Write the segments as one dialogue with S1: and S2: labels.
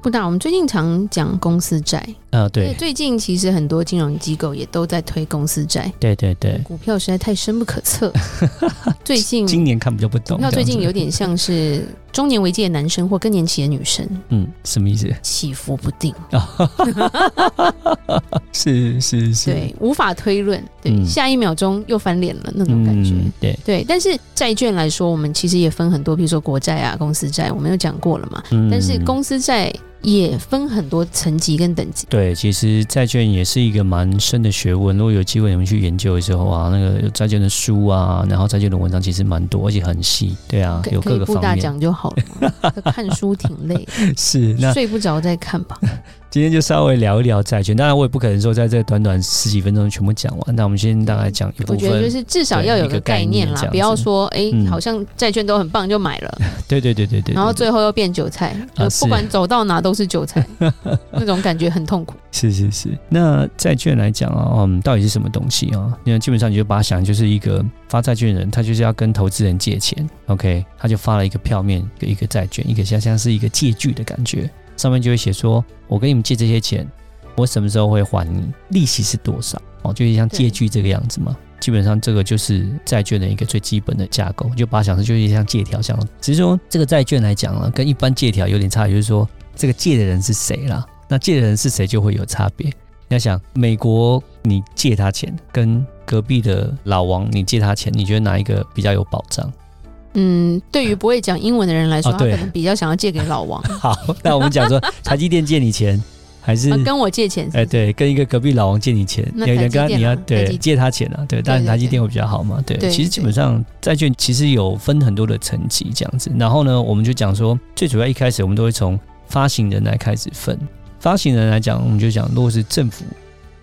S1: 布大，我们最近常讲公司债，
S2: 呃，
S1: 因为
S2: 对，
S1: 最近其实很多金融机构也都在推公司债，
S2: 对对对，
S1: 股票实在太深不可 测。最近
S2: 今年看比较不
S1: 股
S2: 懂。
S1: 票嗯最近
S2: 这样
S1: 有
S2: 子
S1: 点像是中年危机的男生或更年期的女生，
S2: 嗯，什么意 思？
S1: 起伏不定，
S2: 是是是，
S1: 对，无法推论，对，
S2: 嗯
S1: 下一秒钟又翻脸了那种感觉。
S2: 嗯，对，
S1: 对，但是债券来说，我们其实也分很多，比如说国债啊、公司债，我们有讲过了嘛。
S2: 嗯
S1: 但是公司债也分很多层级跟等级。
S2: 对，其实债券也是一个蛮深的学问。如果有机会你们去研究的时候啊，那个债券的书啊，然后债券的文章其实蛮多，而且很细。对啊，
S1: 可
S2: 有
S1: 可
S2: 各
S1: 以
S2: 个
S1: 不
S2: 方
S1: 大
S2: 面。
S1: 讲就好了嘛，看书挺累的，
S2: 是， 那
S1: 睡不着再看吧。
S2: 今天就稍微聊一聊债券。当然，我也不可能说在这短短十几分钟全部讲完。那我们先大概讲一
S1: 我
S2: 部
S1: 觉得就
S2: 分。
S1: 是至少要有
S2: 对一个概
S1: 概
S2: 念
S1: 念啦
S2: 这样，
S1: 不要
S2: 子
S1: 说哎、
S2: 嗯
S1: 好像债券都很棒就买 了，
S2: 对对对对对。
S1: 然后
S2: 对
S1: 最后又变韭菜，
S2: 啊
S1: 就是不管走到哪都是 韭菜，那种感觉很痛苦。
S2: 是是是，那债券来讲啊，嗯，到底是什么东西啊？那基本上你就把它想就是一个发债券人，他就是要跟投资人借钱，OK，他就发了一个票面一个一个债券，一个像像是一个借据的感觉，上面就会写说，我跟你们借这些钱，我什么时候会还你，利息是多少，哦，就是像借据这个样子嘛。基本上这个就是债券的一个最基本的架构，就把它想成就是像借条这样。只是说这个债券来讲啊，跟一般借条有点差，也就是说这个借的人是谁啦，那借的人是谁就会有差别。你要想，美国你借他钱，跟隔壁的老王你借他钱，你觉得哪一个比较有保障？
S1: 嗯，对于不会讲英文的人来说，
S2: 啊
S1: 他
S2: 对
S1: 可能比较想要借给老王，啊
S2: 好，那我们讲说，台积电借你钱，还 是
S1: 跟我借钱是不
S2: 哎、
S1: 是。
S2: 对，跟一个隔壁老王借你钱，
S1: 那
S2: 有人跟他
S1: 台积电
S2: 你要
S1: 啊台
S2: 对
S1: 积
S2: 借他钱啊，对，当然
S1: 对对
S2: 台积电会比较好嘛，对。
S1: 对
S2: 其实基本
S1: 对
S2: 上债券其实有分很多的层级这样子，然后呢，我们就讲说，最主要一开始我们都会从发行人来开始分，发行人来讲，我们就讲如果是政府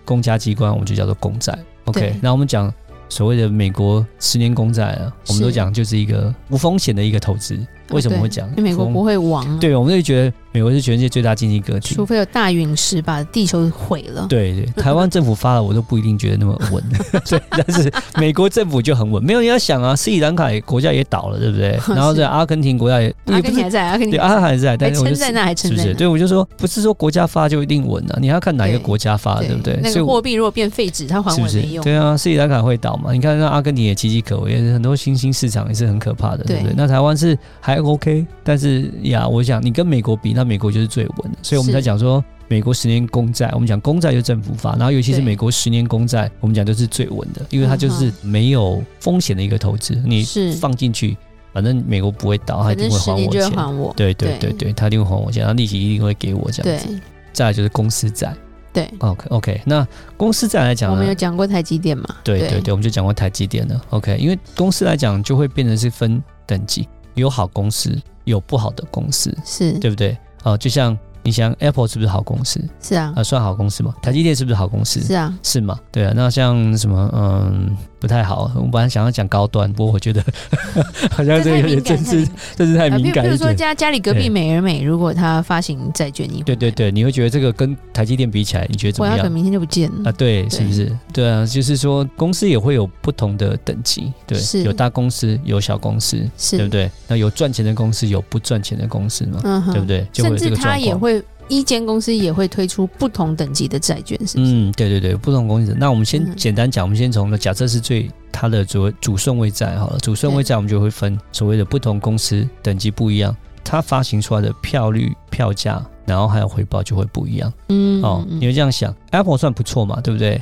S2: 公家机关，我们就叫做公债，OK
S1: 对。
S2: 那我们讲所谓的美国十年公债啊，我们都
S1: 是哦
S2: 讲就是一个无风险的一个投资，为什么
S1: 对
S2: 会讲
S1: 因为美国
S2: 风
S1: 不会亡啊、
S2: 对，我们就觉得美国是全世界最大经济个体，
S1: 除非有大陨石把地球毁 了。
S2: 对对，台湾政府发了，我都不一定觉得那么 稳。对，但是美国政府就很稳。没有你要想啊，斯里兰卡也国家也倒了，对不对？然后这阿根廷国家也
S1: 哦阿
S2: 也
S1: 根
S2: 不
S1: 廷
S2: 是
S1: 还在，阿根
S2: 对，
S1: 廷
S2: 阿根廷还在，
S1: 还
S2: 但是我
S1: 撑
S2: 就
S1: 在那，
S2: 是
S1: 还撑
S2: 不
S1: 在
S2: 是？
S1: 那。
S2: 对，我就说不是说国家发就一定稳啊，你要看哪一个
S1: 对
S2: 国家发，啊对不对？
S1: 那
S2: 所以
S1: 个
S2: 我
S1: 货币如果变废纸，它还
S2: 是
S1: 我
S2: 不
S1: 也
S2: 是
S1: 没？用。
S2: 对啊，斯里兰卡会倒嘛？你看那阿根廷也岌岌可危，很多新兴市场也是很可怕的，对不对？
S1: 对
S2: 那台湾是还 OK，但是呀，我想你跟美国比，那美国就是最稳的，所以我们
S1: 是
S2: 才讲说。美国十年公债，我们讲公债就是政府发，然后尤其是
S1: 对
S2: 美国十年公债，我们讲就是最稳的，因为它就是
S1: 嗯
S2: 没有风险的一个投资，你
S1: 是
S2: 放进去，反正美国不会倒，它一
S1: 反
S2: 定
S1: 正
S2: 会
S1: 十
S2: 还
S1: 年
S2: 我
S1: 就会
S2: 钱。
S1: 还我。
S2: 对对对
S1: 对
S2: 对，它一定会还我钱，它利息一定会给我这样
S1: 对
S2: 子。再来就是公司债
S1: 对，
S2: ，OK OK，那公司债来讲
S1: 我
S2: 呢，
S1: 们有讲过台积电嘛？
S2: 对对对，我们就讲过台积电了。OK，因为公司来讲，就会变成是分等级，有好公司，有不好的公司，
S1: 是
S2: 对不对？啊、就像你想 Apple 是不是好公司？
S1: 是啊
S2: 啊、，算好公司嘛？台积电是不是好公司？
S1: 是啊，
S2: 是吗？对啊，那像什么，嗯，不太好。我本来想要讲高端，不过我觉得 好像这个有点政治，政治太
S1: 啊，
S2: 敏
S1: 比
S2: 感
S1: 比
S2: 一
S1: 如说
S2: 点。
S1: 家家里隔
S2: 对
S1: 壁美而美，如果它发行债券，你
S2: 对对对，你会觉得这个跟台积电比起来，你觉得怎
S1: 我
S2: 么
S1: 要
S2: 样？
S1: 等明天就不见
S2: 啊，
S1: 了。
S2: 对，是不
S1: 嗯对
S2: 是？对啊，就是说公司也会有不同的等级，对，
S1: 是
S2: 有大公司，有小公司，
S1: 是，
S2: 对不？对？那有赚钱的公司，有不赚钱的公司嘛，
S1: 嗯哼，
S2: 对不？对？就会
S1: 甚
S2: 有这
S1: 至
S2: 个
S1: 它
S2: 状
S1: 也
S2: 况。
S1: 会，一间公司也会推出不同等级的债券，是不是？
S2: 嗯，对对对，不同公司。那我们先
S1: 嗯
S2: 简单讲，我们先从假设是最它的主主顺位债好了，主顺位
S1: 对
S2: 债我们就会分所谓的不同公司等级不一样，它发行出来的票率、票价，然后还有回报就会不一样
S1: 嗯，
S2: 哦。
S1: 嗯
S2: 你会这样想，Apple 算不错嘛，对不对？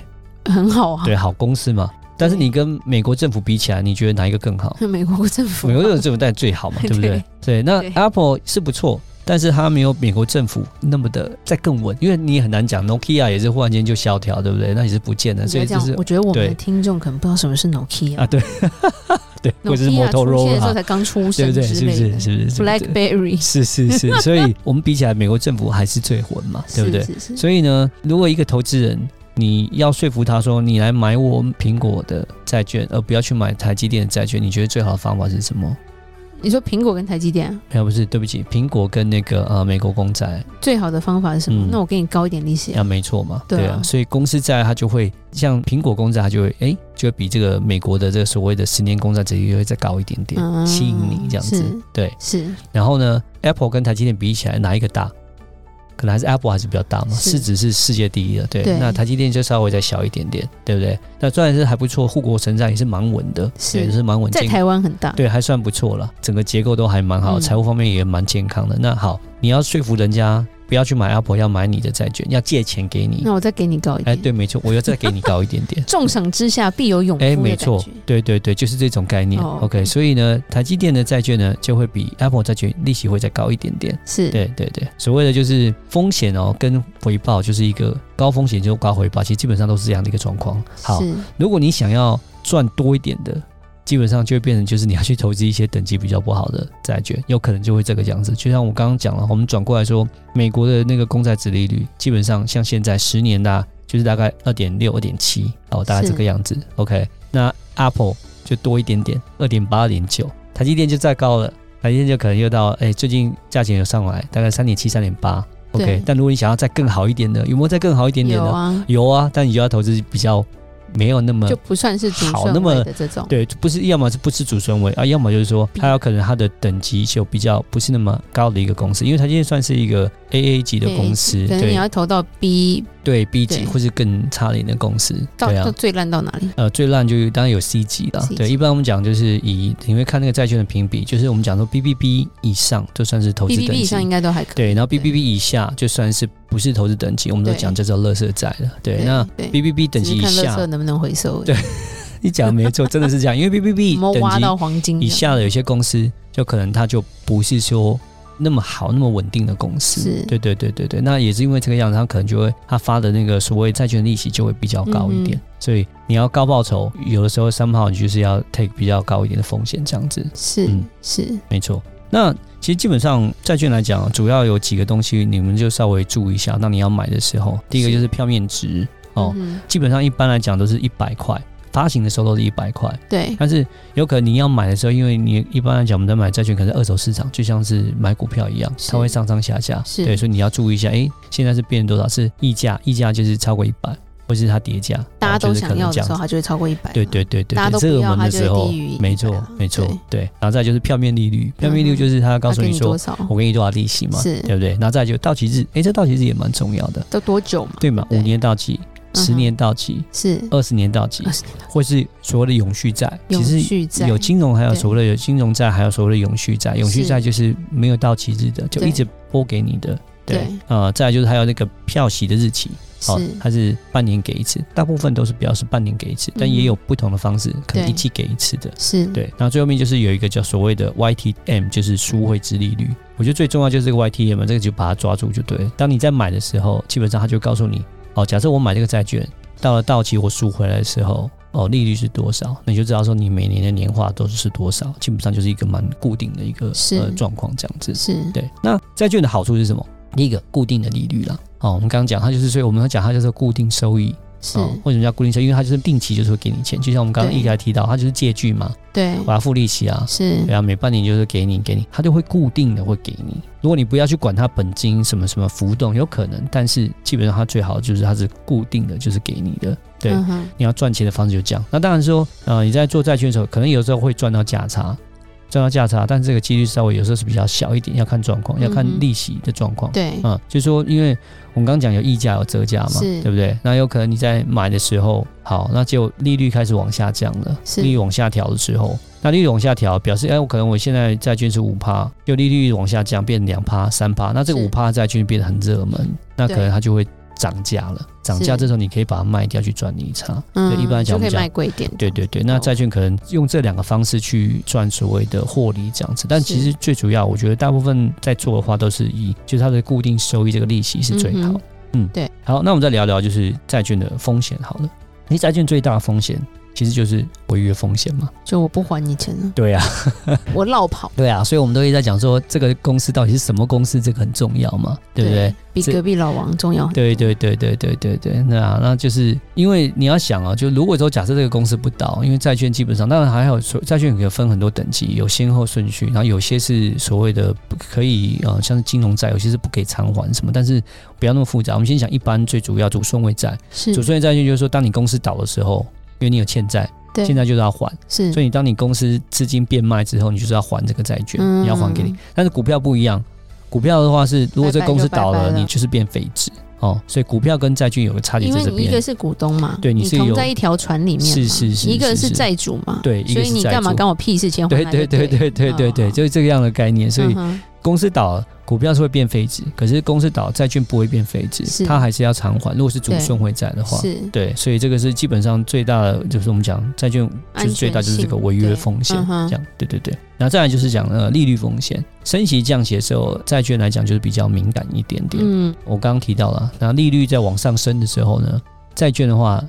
S1: 嗯很好啊。
S2: 对，好公司嘛。但是
S1: 对
S2: 你跟美国政府比起来，你觉得哪一个更 好？
S1: 美国政府
S2: 美国
S1: 啊
S2: 政府政府当然最好 嘛，对不对？对，那
S1: 对
S2: Apple 是不错，但是它没有美国政府那么的再更稳，因为你也很难讲，Nokia 也是忽然间就萧条，对不对？那也是不见了，
S1: 你
S2: 所以
S1: 要这
S2: 就
S1: 样
S2: 是
S1: 我觉得我们
S2: 对
S1: 的听众可能不知道什么是 Nokia，
S2: 啊，对对，或者是
S1: Nokia 出现的时候
S2: Motorola，
S1: 才刚出
S2: 对
S1: 生
S2: 不对？
S1: 之
S2: 是不
S1: 类
S2: 是？
S1: 的
S2: 是不是是不是？
S1: ，BlackBerry，
S2: 是是是，所以我们比起来，美国政府还是最稳嘛，对不对？
S1: 是是是
S2: 所以呢，如果一个投资人你要说服他说你来买我苹果的债券，而不要去买台积电的债券，你觉得最好的方法是什么？哎
S1: 你说苹果跟台积电啊、
S2: 没有，不是，对不起，苹果跟那个呃美国公债，
S1: 最好的方法是什么？
S2: 嗯
S1: 那我给你高一点利息啊、
S2: 啊，没错嘛，
S1: 对啊
S2: 所以公司债它就会像苹果公债，它就会哎，就会比这个美国的这个所谓的十年公债，这个会再高一点点，
S1: 嗯
S2: 吸引你这样子
S1: 是。
S2: 对，
S1: 是
S2: 然后呢，Apple 跟台积电比起来，哪一个大？可能还是 Apple 还是比较大嘛，
S1: 是
S2: 市值是世界第一的，对。
S1: 对
S2: 那台积电就稍微再小一点点，对不对？那虽然是还不错，护国神山也是蛮稳的，
S1: 是
S2: 对也是蛮稳
S1: 在
S2: 健
S1: 台湾很大，
S2: 对，还算不错了，整个结构都还蛮好，
S1: 嗯
S2: 财务方面也蛮健康的。那好，你要说服人家不要去买 Apple，要买你的债券，要借钱给你
S1: 那。我再给你高一
S2: 哎，
S1: 点。。
S2: 对，没错，我又再给你高一点点
S1: 重赏之下必有勇夫
S2: 哎，
S1: 的
S2: 没
S1: 感觉
S2: 错。，对对对，就是这种概念。
S1: 哦
S2: OK，所以呢，台积电的债券呢，就会比 Apple 债券利息会再高一点点。
S1: 是
S2: 对对对，所谓的就是风险哦，跟回报就是一个高风险就高回报，其实基本上都是这样的一个状况。好，
S1: 是
S2: 如果你想要赚多一点的，基本上就会变成就是你要去投资一些等级比较不好的债券，有可能就会这个样子。就像我刚刚讲了，我们转过来说，美国的那个公债殖利率，基本上像现在十年的啊、就是大概二点六、二点七哦，大概
S1: 是
S2: 这个样子。OK，那 Apple 就多一点点，二点八、二点九，台积电就再高了，台积电就可能又到哎、最近价钱有上来，大概三点七、三点八。OK，
S1: 对
S2: 但如果你想要再更好一点的，有没有再更好一点点
S1: 有
S2: 呢？
S1: 啊，
S2: 有啊，但你就要投资比较没有那么
S1: 就不算是主
S2: 好
S1: 顺
S2: 那么
S1: 位的这种。
S2: 对，不是要么是不是主顺位啊，要么就是说它有可能它的等级就比较不是那么高的一个公司，因为它现在算是一个 AA 级的公司，
S1: 可能你
S2: 对
S1: 要投到 B
S2: 对 B 级
S1: 对
S2: 或是更差一点的公司，
S1: 到
S2: 对
S1: 到
S2: 啊。
S1: 最烂到哪里？
S2: 呃，最烂就是当然有 C 级啦
S1: C。级
S2: 对，一般我们讲就是以你会看那个债券的评比，就是我们讲说 BBB 以上就算是投资等
S1: B B B 以上应
S2: 级，
S1: 该都还可以。
S2: 对，然后 BBB 以下就算是不是投资等级，我们都
S1: 对
S2: 讲这叫垃圾债了。对，那
S1: 对
S2: BBB 等级以
S1: 只是看垃圾
S2: 下，
S1: 能不能回收而已。
S2: 对你讲没错，真的是这样，因为 BBB
S1: 我们
S2: 等
S1: 挖
S2: 级
S1: 到黄金这
S2: 以
S1: 样
S2: 下的有些公司，就可能它就不是说那么好、那么稳定的公司。
S1: 是
S2: 对对对对对，那也是因为这个样子，它可能就会它发的那个所谓债券利息就会比较高一点，
S1: 嗯
S2: 所以你要高报酬，有的时候三号你就是要 take 比较高一点的风险，这样子
S1: 是
S2: 嗯
S1: 是
S2: 没错。那其实基本上债券来讲，主要有几个东西，你们就稍微注意一下。当你要买的时候，第一个
S1: 是
S2: 就是票面值哦，
S1: 嗯哼
S2: 基本上一般来讲都是一百块，发行的时候都是一百块。
S1: 对
S2: 但是有可能你要买的时候，因为你一般来讲，我们在买债券，可能是二手市场就像是买股票一样，
S1: 是
S2: 它会上上下下，
S1: 是
S2: 对，所以你要注意一下，诶，现在是变多少？是溢价，溢价就是超过一百，或是它叠价，
S1: 大家
S2: 哦就
S1: 都
S2: 是可
S1: 想
S2: 能
S1: 要
S2: 这
S1: 的
S2: 样
S1: 时
S2: 子
S1: 候，它就会超过一百。
S2: 对对对对，
S1: 大家都不
S2: 热
S1: 要
S2: 门
S1: 它
S2: 的
S1: 就会
S2: 时候
S1: 低于，
S2: 没
S1: 100
S2: 错
S1: 啊
S2: 没错对，
S1: 对，
S2: 然后再就是票面利率，票面利率就是他告
S1: 他
S2: 诉
S1: 给
S2: 你
S1: 你多
S2: 说，
S1: 少？
S2: 我给你多少利息嘛，
S1: 是
S2: 对不对？然后再就到期日，诶，这到期日也蛮重要的，
S1: 都多久嘛？
S2: 对嘛？呃
S1: 对
S2: 五年到期，十
S1: 嗯哼
S2: 年到期，
S1: 是
S2: 二十年到期
S1: 二，十年
S2: 或是所谓的永续债，其
S1: 永
S2: 实
S1: 续债
S2: 有金融，还有
S1: 对
S2: 所谓的有金融债，还有所谓的永续债。永续
S1: 是
S2: 债就是没有到期日的，就
S1: 对
S2: 一直拨给你的。对
S1: 对，
S2: 呃，再来就是还有那个票息的日期，哦
S1: 是，
S2: 它是半年给一次，大部分都是表示半年给一次，但
S1: 嗯
S2: 也有不同的方式，可能
S1: 对
S2: 一季给一次的。
S1: 是，
S2: 对，然后最后面就是有一个叫所谓的 YTM，就是赎回值利率。我觉得最重要就是这个 YTM，这个就把它抓住就对了。当你在买的时候，基本上它就告诉你，哦，假设我买这个债券，到了到期我赎回来的时候，哦，利率是多少，那你就知道说你每年的年化都是多少，基本上就是一个蛮固定的一个
S1: 是
S2: 呃状况这样子。
S1: 是
S2: 对，那债券的好处是什么？第一个固定的利率啦，哦，我们刚刚讲它就是，所以我们要讲它叫做固定收益。
S1: 是，
S2: 哦，为什么叫固定收益？因为它就是定期就是会给你钱，就像我们刚刚
S1: 对
S2: 一开始提到，它就是借据嘛，
S1: 对
S2: 我要付利息啊。
S1: 是
S2: 对啊，每半年就是给你给你，它就会固定的会给你。如果你不要去管它本金什么什么浮动，有可能，但是基本上它最好就是它是固定的，就是给你的。对，
S1: 嗯哼
S2: 你要赚钱的方式就这样。那当然说，呃，你在做债券的时候，可能有时候会赚到价差，赚到价差，但这个几率稍微有时候是比较小一点，要看状况，要看
S1: 嗯哼
S2: 利息的状况。
S1: 对
S2: 嗯，就是说，因为我们刚刚讲有溢价有折价嘛，
S1: 是
S2: 对不对？那有可能你在买的时候，好，那就利率开始往下降了，
S1: 是
S2: 利率往下调的时候，那利率往下调表示，哎，我可能我现在债券是五趴，就利率往下降变两趴、三趴，那这个
S1: 是
S2: 五趴债券变得很热门，那可能它就会涨价了。涨价
S1: 是
S2: 这时候你可以把它卖掉去赚利差，
S1: 嗯，
S2: 对，一般来讲
S1: 就
S2: 我
S1: 可
S2: 们
S1: 以
S2: 讲
S1: 卖。贵一点。
S2: 对对对，那
S1: 哦
S2: 债券可能用这两个方式去赚所谓的获利这样子，但
S1: 是
S2: 其实最主要，我觉得大部分在做的话都是以就是它的固定收益这个利息是最好
S1: 嗯哼。
S2: 嗯
S1: 对。
S2: 好，那我们再聊聊就是债券的风险好了。你债券最大的风险其实就是违约风险嘛。
S1: 就我不还你钱了，
S2: 对啊，
S1: 我绕跑，
S2: 对啊，所以我们都一直在讲说，这个公司到底是什么公司，这个很重要嘛，对不对？
S1: 比
S2: 这
S1: 隔壁老王重要。
S2: 对对对对对对对，那、啊、那就是因为你要想啊，就如果说假设这个公司不倒，因为债券基本上当然还有所债券可以分很多等级，有先后顺序，然后有些是所谓的不可以呃像是金融债，有些是不可以偿还什么，但是不要那么复杂。我们先讲一般最主要主顺位债，
S1: 是
S2: 主顺位债券就是说，当你公司倒的时候，因为你有欠债，
S1: 对
S2: 欠债就是要还，
S1: 是，
S2: 所以你当你公司资金变卖之后，你就是要还这个债券，
S1: 嗯
S2: 你要还给你。但是股票不一样，股票的话是，如果这个公司倒
S1: 拜
S2: 了，
S1: 拜就拜拜了
S2: 你就是变废纸哦。所以股票跟债券有个差别
S1: 因
S2: 在
S1: 为
S2: 这
S1: 你一个
S2: 边。
S1: 是股东嘛，
S2: 对你
S1: 你
S2: 是
S1: 同
S2: 有
S1: 在一条船里面嘛，
S2: 是是是
S1: 一个
S2: 是
S1: 是
S2: 是
S1: 债主嘛，
S2: 对一个
S1: 所以
S2: 是
S1: 你
S2: 债
S1: 干嘛
S2: 主
S1: 干我屁事？钱还
S2: 对
S1: 他
S2: 对
S1: 就
S2: 对
S1: 对
S2: 对对对对，
S1: 哦
S2: 就是这个样的概念。所以
S1: 嗯哼
S2: 公司倒了，股票是会变废纸，可是公司倒了，债券不会变废纸，
S1: 是
S2: 它还是要偿还。如果是主
S1: 对
S2: 顺会债的话，
S1: 是
S2: 对，所以这个是基本上最大的，就是我们讲债券就是最大就是这个违约风险
S1: 安全性对嗯，哼
S2: 这样对对对。然后再来就是讲呃利率风险，升息降息的时候，债券来讲就是比较敏感一点点。
S1: 嗯，
S2: 我刚刚提到了，啊那利率在往上升的时候呢，债券的话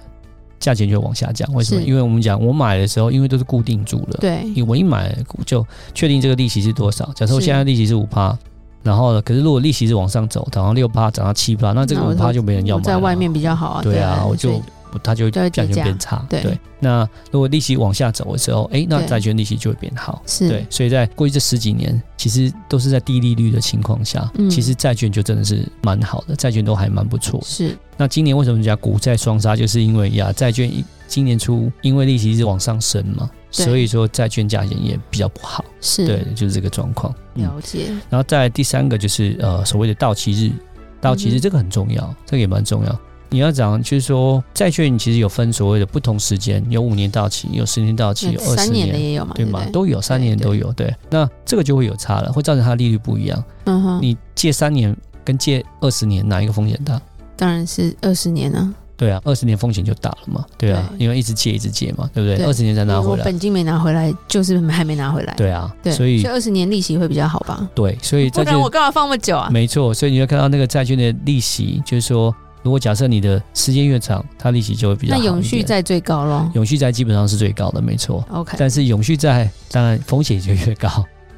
S2: 价钱就会往下降，为什么？
S1: 是
S2: 因为我们讲我买的时候，因为都是固定住了，
S1: 对，
S2: 我一买就确定这个利息是多少。假设我
S1: 是
S2: 现在利息是五趴。然后呢？可是如果利息是往上走，涨到六趴，涨到七趴，那这个
S1: 那
S2: 五
S1: 我
S2: 趴就没人要
S1: 我
S2: 买了。
S1: 在外面比较好啊，
S2: 对啊，我
S1: 所
S2: 就
S1: 以
S2: 我它就会
S1: 就会
S2: 价钱
S1: 跌价
S2: 变差。
S1: 对
S2: 那如果利息往下走的时候，诶，那
S1: 对
S2: 债券利息就会变好。
S1: 是
S2: 对，所以在过去这十几年，其实都是在低利率的情况下，
S1: 嗯
S2: 其实债券就真的是蛮好的，债券都还蛮不错的。
S1: 是
S2: 那今年为什么讲股债双杀，就是因为呀，债券一今年初因为利息是往上升嘛，
S1: 对嗯
S2: 所以说债券价钱也比较不好。
S1: 是
S2: 对，就是这个状况。嗯，
S1: 了解，
S2: 然后再来第三个就是呃所谓的到期日，到期
S1: 嗯
S2: 日
S1: 哼
S2: 这个很重要，这个也蛮重要。你要讲就是说，债券其实有分所谓的不同时间，有五年到期，有十年到期，有
S1: 那
S2: 二十
S1: 三
S2: 年，
S1: 年的也有嘛，
S2: 对
S1: 对
S2: 吗？
S1: 不对？
S2: 都有，三年
S1: 对
S2: 都有，对。那这个就会有差了，会造成它的利率不一样。
S1: 嗯哼，
S2: 你借三年跟借二十年，哪一个风险大？
S1: 当然是二十年啊，
S2: 对啊，二十年风险就大了嘛，对啊，
S1: 对
S2: 因为一直借一直借嘛，对不对？
S1: 对
S2: 二十年才拿
S1: 如果
S2: 回来，
S1: 本金没拿回来，就是还没拿回来，
S2: 对啊，
S1: 对，
S2: 所以
S1: 二十年利息会比较好吧？
S2: 对，所以
S1: 不
S2: 债
S1: 然
S2: 券
S1: 我干嘛放那么久啊？
S2: 没错，所以你会看到那个债券的利息，就是说，如果假设你的时间越长，它利息就会比较
S1: 那
S2: 好一点
S1: 永续债最高咯
S2: 永续债基本上是最高的，没错。
S1: OK，
S2: 但是永续债当然风险就越高，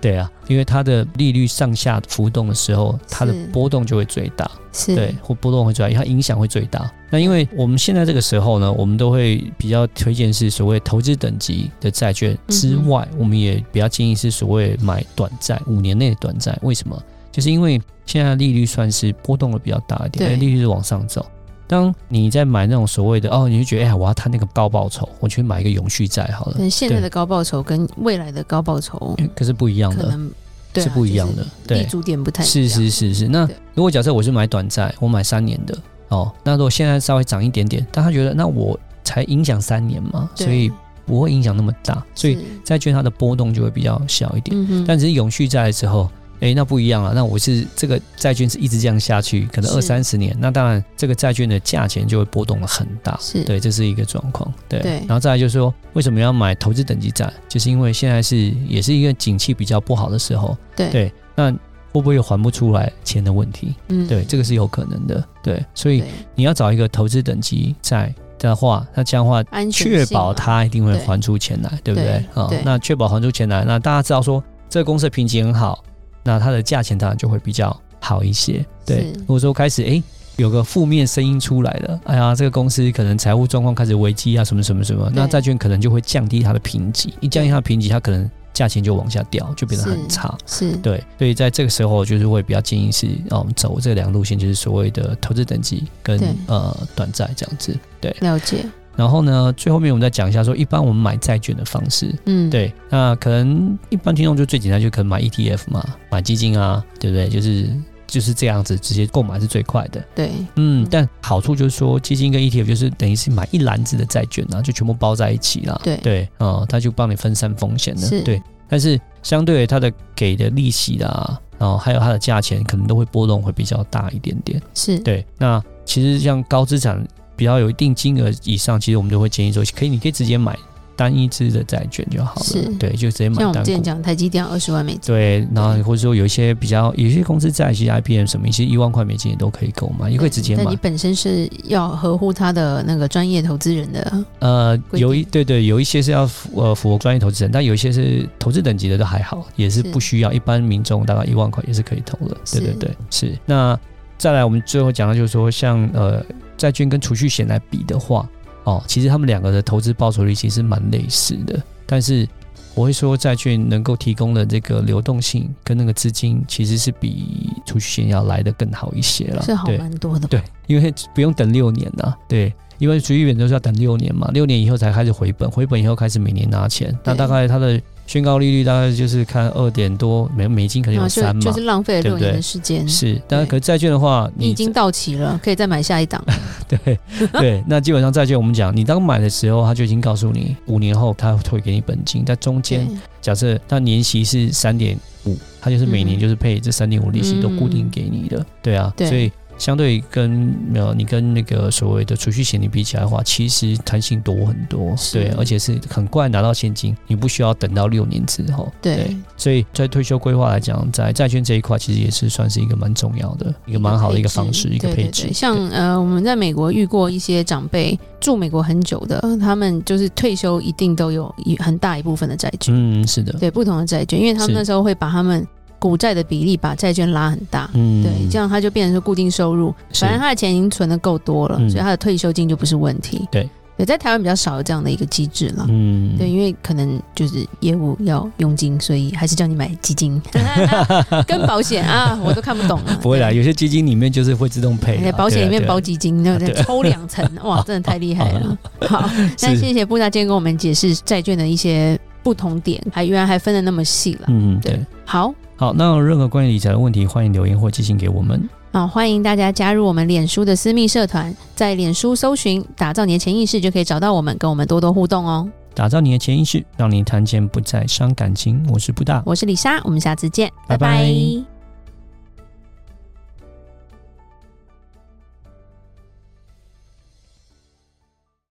S2: 对啊，因为它的利率上下浮动的时候，它的
S1: 是
S2: 波动就会最大。
S1: 是
S2: 对，或波动会最大，它影响会最大。那因为我们现在这个时候呢，我们都会比较推荐是所谓投资等级的债
S1: 嗯
S2: 券之外，我们也比较建议是所谓买短债，五年内的短债。为什么？就是因为现在利率算是波动的比较大一点，
S1: 对
S2: 哎利率是往上走。当你在买那种所谓的哦，你就觉得哎呀，我要贪那个高报酬，我去买一个永续债好了。
S1: 但现在的高报酬跟未来的高报酬
S2: 可是不一样
S1: 嗯可
S2: 的，
S1: 能对啊
S2: 是不一样的，
S1: 就
S2: 对，
S1: 是立足点不太一
S2: 是
S1: 样
S2: 是是是。那
S1: 对
S2: 如果假设我是买短债，我买三年的哦，那如果现在稍微涨一点点，但他觉得那我才影响三年嘛，
S1: 对
S2: 所以不会影响那么大，所以
S1: 是
S2: 债券它的波动就会比较小一点。
S1: 嗯哼，
S2: 但只是永续债的时候。诶，那不一样了。啊那我是这个债券是一直这样下去，可能
S1: 是
S2: 二三十年，那当然这个债券的价钱就会波动的很大。
S1: 是
S2: 对，这是一个状况。对，
S1: 对
S2: 然后再来就是说，为什么要买投资等级债？就是因为现在是也是一个景气比较不好的时候，
S1: 对
S2: 对，那会不会有还不出来钱的问题？
S1: 嗯
S2: 对，这个是有可能的。对，所以
S1: 对
S2: 你要找一个投资等级债的话，那这样的话
S1: 安全性啊
S2: 确
S1: 嘛
S2: 保它一定会
S1: 对
S2: 还出钱来，对不对
S1: 对
S2: 啊、
S1: 对
S2: 那确保还出钱来，那大家知道说这个公司的评级很好，那它的价钱当然就会比较好一些。对
S1: 是，
S2: 如果说开始诶有个负面声音出来了，哎呀，这个公司可能财务状况开始危机啊，什么什么什么，那
S1: 对
S2: 债券可能就会降低它的评级，一降低它的评级，它可能价钱就往下掉，就变得很
S1: 是
S2: 差。
S1: 是
S2: 对，所以在这个时候就是会比较建议是，哦，走这两路线，就是所谓的投资等级跟
S1: 对
S2: 呃短债这样子。对，
S1: 了解，
S2: 然后呢，最后面我们再讲一下说，一般我们买债券的方式。
S1: 嗯，
S2: 对，那可能一般听众就最简单，就可能买 ETF 嘛，买基金啊，对不对？就是就是这样子，直接购买是最快的。
S1: 对
S2: 嗯
S1: 嗯，
S2: 但好处就是说，基金跟 ETF 就是等于是买一篮子的债券啊，就全部包在一起啦。
S1: 对
S2: 对，啊、它就帮你分散风险了。
S1: 是
S2: 对，但是相对于它的给的利息啦，然后还有它的价钱，可能都会波动会比较大一点点。
S1: 是，
S2: 对，那其实像高资产比较有一定金额以上，其实我们就会建议说，可以你可以直接买单一只的债券就好
S1: 是
S2: 了，对，就直接买
S1: 像我
S2: 单
S1: 们之前
S2: 股。
S1: 讲台积电二十万美金，
S2: 对，然后或者说有一些比较，有一些公司债，其实 IBM 什么，其实一万块美金也都可以购买，也可以直接
S1: 但
S2: 买
S1: 你。本身是要合乎他的那个专业投资人的，
S2: 呃，
S1: 规
S2: 有一对对，有一些是要符呃符合专业投资人，但有一些是投资等级的都还好，也是
S1: 是
S2: 不需要，一般民众大概一万块也是可以投的。对对
S1: 是
S2: 对，是。那再来，我们最后讲到就是说，像呃债券跟储蓄险来比的话，哦，其实他们两个的投资报酬率其实蛮类似的，但是我会说债券能够提供的这个流动性跟那个资金，其实是比储蓄险要来的更好一些了。
S1: 是好
S2: 对
S1: 蛮多的吧。
S2: 对，因为不用等六年呐、对，因为储蓄险都是要等六年嘛，六年以后才开始回本，回本以后开始每年拿钱，那
S1: 对
S2: 大概它的宣告利率大概就是看二点多美美金，可能
S1: 然
S2: 有
S1: 后
S2: 三
S1: 啊就
S2: 嘛，
S1: 就是浪费了
S2: 对
S1: 六
S2: 不
S1: 年
S2: 对
S1: 的时间，
S2: 是，但
S1: 对
S2: 可是债券的话，
S1: 你已经到期了，可以再买下一档。
S2: 对 对，那基本上债券我们讲，你当买的时候，他就已经告诉你五年后他会退给你本金，但中间
S1: 对
S2: 假设它年息是三点五，它就是每年
S1: 嗯
S2: 就是配这三点五利息都固定给你的，对啊，
S1: 对
S2: 所以相对跟呃你跟那个所谓的储蓄险你比起来的话，其实弹性多很多，
S1: 是
S2: 对，而且是很快拿到现金，你不需要等到六年之后，
S1: 对，
S2: 所以在退休规划来讲，在债券这一块其实也是算是一个蛮重要的一个蛮好的一个方式，一个
S1: 对
S2: 配
S1: 对
S2: 置
S1: 对，像呃，我们在美国遇过一些长辈住美国很久的，他们就是退休一定都有一很大一部分的债券，
S2: 嗯是的，
S1: 对不同的债券，因为他
S2: 是
S1: 们那时候会把他们股债的比例把债券拉很大。
S2: 嗯
S1: 对，这样他就变成是固定收入，
S2: 是
S1: 反正他的钱已经存的够多了，
S2: 嗯
S1: 所以他的退休金就不是问题。
S2: 对，
S1: 对，在台湾比较少有这样的一个机制了。
S2: 嗯
S1: 对，因为可能就是业务要佣金，所以还是叫你买基金 跟保险啊，我都看不懂啊。
S2: 不会啦，
S1: 对
S2: 有些基金里面就是会自动配啦
S1: 哎，保险里面
S2: 对啊
S1: 包 基金，对不对
S2: 对？
S1: 抽两层， 哇，真的太厉害了。好，那
S2: 是
S1: 谢谢布大今天跟我们解释债券的一些不同点，还原来还分的那么细了。
S2: 嗯对
S1: 对。好。
S2: 好，那有任何关于理财的问题，欢迎留言或寄信给我们。
S1: 啊，欢迎大家加入我们脸书的私密社团，在脸书搜寻“打造你的潜意识”就可以找到我们，跟我们多多互动哦。
S2: 打造你的潜意识，让你谈钱不再伤感情。我是布大，
S1: 我是李莎，我们下次见，
S2: 拜拜
S1: 拜拜